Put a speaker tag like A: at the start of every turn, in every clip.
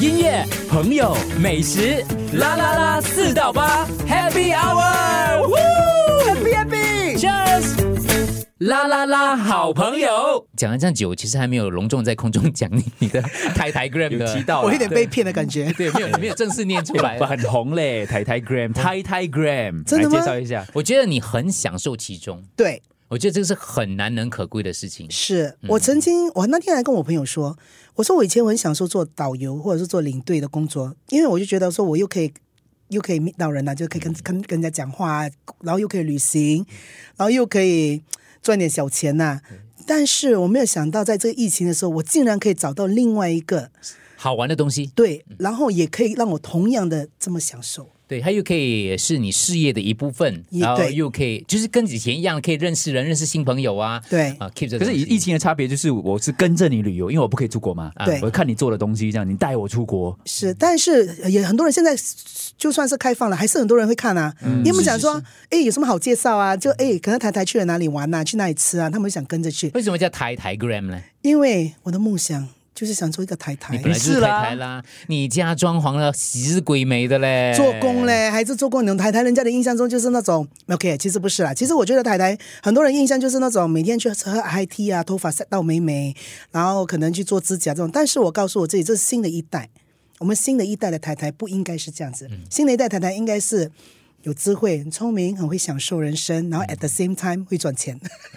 A: 音乐、朋友、美食，啦啦啦，四到八，Happy Hour，Happy Happy，Cheers。啦啦啦，好朋友，讲了这样久，其实还没有隆重在空中讲你你的台台 gram
B: 有
A: 的，
B: 提到啦，
C: 我有点被骗的感觉。
A: 对， 没有 没有正式念出来
B: 很红嘞，台台 gram，台台 gram，
C: 真的吗
B: 来介绍一下，
A: 我觉得你很享受其中，
C: 对，
A: 我觉得这个是很难能可贵的事情。
C: 是我曾经，我那天还跟我朋友说，我说我以前我很享受做导游或者是做领队的工作，因为我就觉得说我又可以。又可以 meet 到人啊，就可以跟跟跟人家讲话、啊，然后又可以旅行，然后又可以赚点小钱呐、但是我没有想到，在这个疫情的时候，我竟然可以找到另外一个
A: 好玩的东西，
C: 对，然后也可以让我同样的这么享受。
A: 对，它又可以是你事业的一部分，
C: 也
A: 然后
C: 对
A: 又可以就是跟以前一样，可以认识人、认识新朋友啊。
C: 对
A: 啊，keep 着。
B: 可是疫疫情的差别就是，我是跟着你旅游，因为我不可以出国嘛。
A: 啊
C: 对
B: 我看你做的东西，这样你带我出国，
C: 是，但是呃也很多人现在就算是开放了，还是很多人会看啊。因为我们讲说，哎，有什么好介绍啊？就哎，可能台台去了哪里玩呐、去哪里吃啊？他们想跟着去，
A: 为什么叫台台 gram 呢？
C: 因为我的梦想就是想做一个台
A: 你
C: 台
A: 本，来就是
B: 是
A: 台
B: 啦
A: 台啦，你家装潢了，死鬼没的嘞，
C: 做工。嘞，还是做工。你们台台人家的印象中就是那种 OK，其实不是啦。其实我觉得台台很多人印象就是那种每天去喝 IT 啊，头发 set 到美美，然后可能去做指甲这种。但是我告诉我自己，这是新的一代，我们新的一代的台台不应该是这样子。
A: 嗯
C: 新的一代台台应该是。有智慧、很聪明、很会享受人生，然后
A: 嗯
C: at the same time 会赚钱。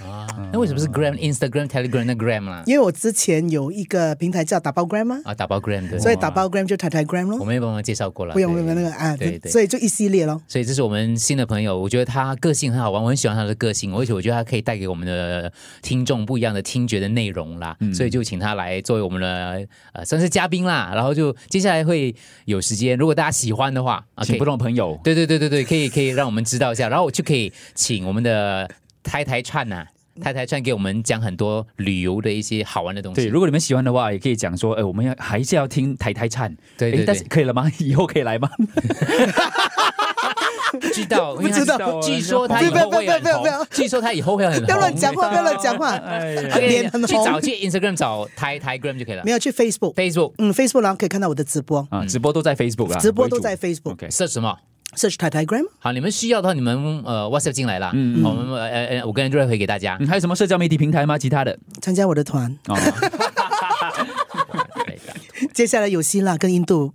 A: 那为什么是 gram、Instagram、Telegram 那 gram 啦？
C: 因为我之前有一个平台叫打包 gram 啊，
A: 啊，打包 gram 的，
C: 所以打包 gram 就台台 gram
A: 我
C: 咯，
A: 们也帮忙介绍过了，
C: 不用不
A: 对
C: 用那个啊，
A: 对对。
C: 所以就一系列咯。
A: 所以这是我们新的朋友，我觉得他个性很好玩，我很喜欢他的个性，而且我觉得他可以带给我们的听众不一样的听觉的内容啦，所以就请他来作为我们的呃算是嘉宾啦，然后就接下来会有时间，如果大家喜欢的话，啊，可
B: 请
A: 以
B: 不同的朋友。
A: 对对对对对，可以可以让我们知道一下，然后我就可以请我们的台台串呐、台台串给我们讲很多旅游的一些好玩的东西。
B: 对，如果你们喜欢的话，也可以讲说，哎，我们要还是要听台台唱。
A: 对
B: 哎
A: 对
B: 但是
A: 对，
B: 可以了吗？ 以后可以来吗？
A: 知道，因为他
C: 不知道
B: 不知道
A: 据说他以后会很
C: 不要不要不要不要
A: 红，据说他以后会很红。
C: 不要乱讲话，不要乱讲话。
B: 哎 呀
A: OK，
C: 脸很红
A: 去找去 Instagram 找台台 gram 就可以了
C: 没。有去 Facebook，
A: Facebook
C: 嗯，Facebook 然后可以看到我的直播
B: 啊，直播都在 Facebook 啊，
C: 嗯直播都
B: 为主
C: 在 Facebook
B: OK，
A: 是什么？
C: ，search 台台 gram，
A: 好，你们需要的话，你们呃 WhatsApp 进来啦，我们呃呃呃，我跟 Andrew 回给大家。
B: 你嗯还有什么社交媒体平台吗？其他的
C: 参加我的团。
B: 哦，
C: 接下来有希腊跟印度，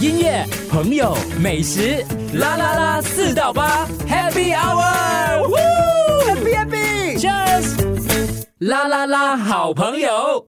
A: 音乐、朋友、美食，啦啦啦，四到八，Happy Hour，Happy Happy，Cheers，啦啦啦，好朋友。